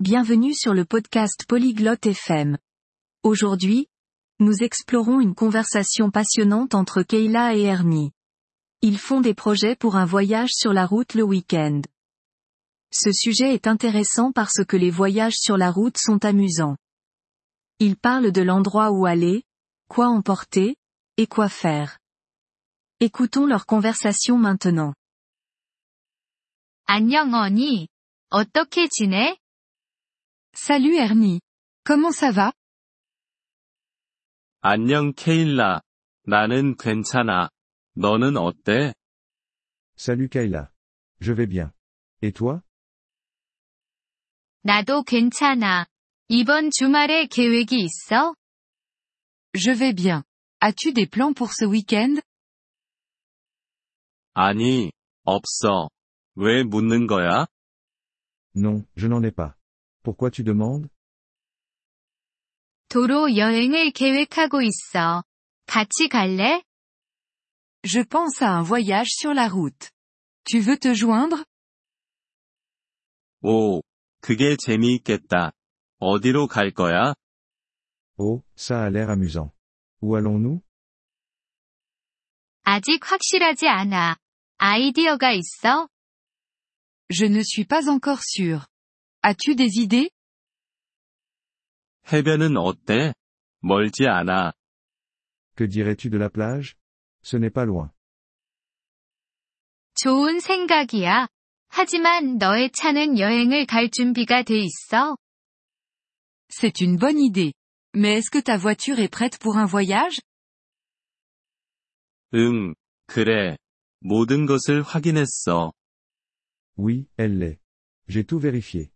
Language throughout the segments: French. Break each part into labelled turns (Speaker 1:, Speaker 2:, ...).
Speaker 1: Bienvenue sur le podcast Polyglotte FM. Aujourd'hui, nous explorons une conversation passionnante entre Kayla et Ernie. Ils font des projets pour un voyage sur la route le week-end. Ce sujet est intéressant parce que les voyages sur la route sont amusants. Ils parlent de l'endroit où aller, quoi emporter, et quoi faire. Écoutons leur conversation maintenant.
Speaker 2: 안녕 언니. 어떻게 지내?
Speaker 1: Salut Ernie. Comment ça va?
Speaker 3: 안녕 케일라. 나는 괜찮아. 너는 어때?
Speaker 4: Salut Kayla. Je vais bien. Et toi
Speaker 2: 나도 괜찮아. 이번 주말에 계획이 있어?
Speaker 1: Je vais bien. As-tu des plans pour ce week-end?
Speaker 3: 아니, 없어. 왜 묻는 거야?
Speaker 4: Non, je n'en ai pas. Pourquoi tu demandes
Speaker 2: 도로 여행을 계획하고 있어. 같이 갈래?
Speaker 1: Je pense à un voyage sur la route. Tu veux te joindre?
Speaker 3: 오, 그게 재미있겠다. 어디로 갈 거야?
Speaker 4: Oh, ça a l'air amusant. Où allons-nous
Speaker 2: 아직 확실하지 않아. 아이디어가 있어?
Speaker 1: Je ne suis pas encore sûr. As-tu des idées?
Speaker 3: 해변은 어때? 멀지 않아.
Speaker 4: Que dirais-tu de la plage Ce n'est pas loin.
Speaker 2: 좋은 생각이야. 하지만 너의 차는 여행을 갈 준비가 돼 있어?
Speaker 1: C'est une bonne idée. Mais est-ce que ta voiture est prête pour un voyage?
Speaker 3: 응, 그래. 모든 것을 확인했어.
Speaker 4: Oui, elle l'est. J'ai tout vérifié.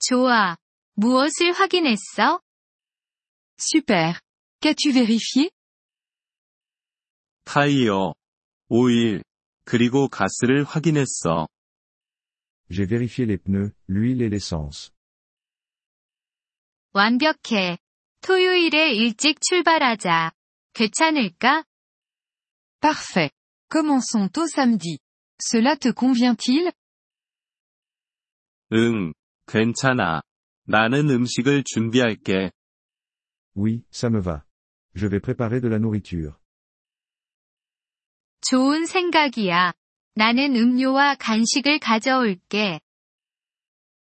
Speaker 2: 좋아. 무엇을 확인했어?
Speaker 1: Super. Qu'as-tu vérifié?
Speaker 3: 타이어, 오일, 그리고 가스를 확인했어.
Speaker 4: J'ai vérifié les pneus, l'huile et l'essence.
Speaker 2: 완벽해. 토요일에 일찍 출발하자. 괜찮을까?
Speaker 1: Parfait. Commençons au samedi. Cela te convient-il?
Speaker 3: 응, 괜찮아. 나는 음식을 준비할게.
Speaker 4: Oui, ça me va. Je vais préparer de la nourriture.
Speaker 2: 좋은 생각이야. 나는 음료와 간식을 가져올게.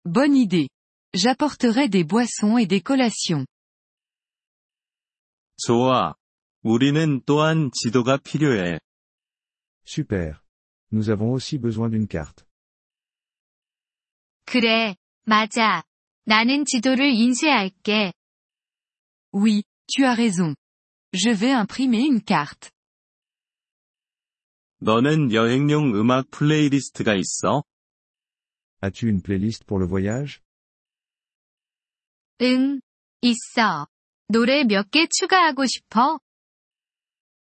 Speaker 1: Bonne idée. J'apporterai des boissons et des collations.
Speaker 3: 좋아. 우리는 또한 지도가 필요해.
Speaker 4: Super. Nous avons aussi besoin d'une carte.
Speaker 2: 그래, 맞아. 나는 지도를 인쇄할게.
Speaker 1: Oui, tu as raison. Je vais imprimer une carte.
Speaker 3: 너는 여행용 음악 플레이리스트가 있어?
Speaker 4: As-tu une playlist pour le voyage
Speaker 2: 응, 있어. 노래 몇 개 추가하고 싶어?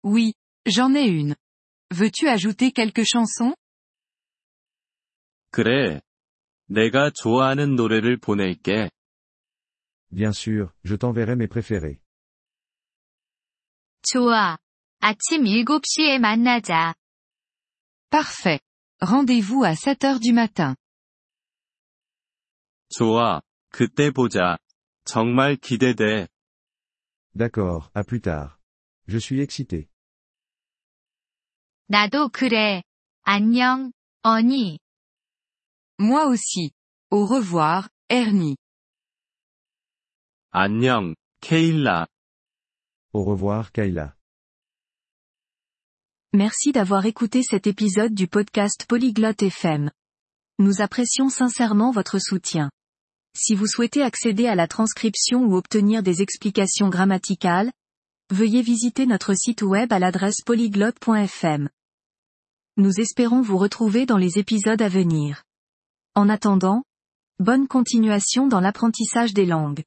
Speaker 1: Oui, j'en ai une. Veux-tu ajouter quelques chansons?
Speaker 3: 그래. 내가 좋아하는 노래를 보낼게.
Speaker 4: Bien sûr, je t'enverrai mes préférés.
Speaker 2: 좋아. 아침 7시에 만나자.
Speaker 1: Parfait. Rendez-vous à 7 heures du matin.
Speaker 3: 좋아. 그때 보자. 정말 기대돼.
Speaker 4: D'accord, à plus tard. Je suis excité.
Speaker 2: 나도 그래. 안녕, 언니.
Speaker 1: Moi aussi. Au revoir, Ernie.
Speaker 3: 안녕, 케일라.
Speaker 4: Au revoir Kayla.
Speaker 1: Merci d'avoir écouté cet épisode du podcast Polyglotte FM. Nous apprécions sincèrement votre soutien. Si vous souhaitez accéder à la transcription ou obtenir des explications grammaticales, veuillez visiter notre site web à l'adresse polyglotte.fm. Nous espérons vous retrouver dans les épisodes à venir. En attendant, bonne continuation dans l'apprentissage des langues.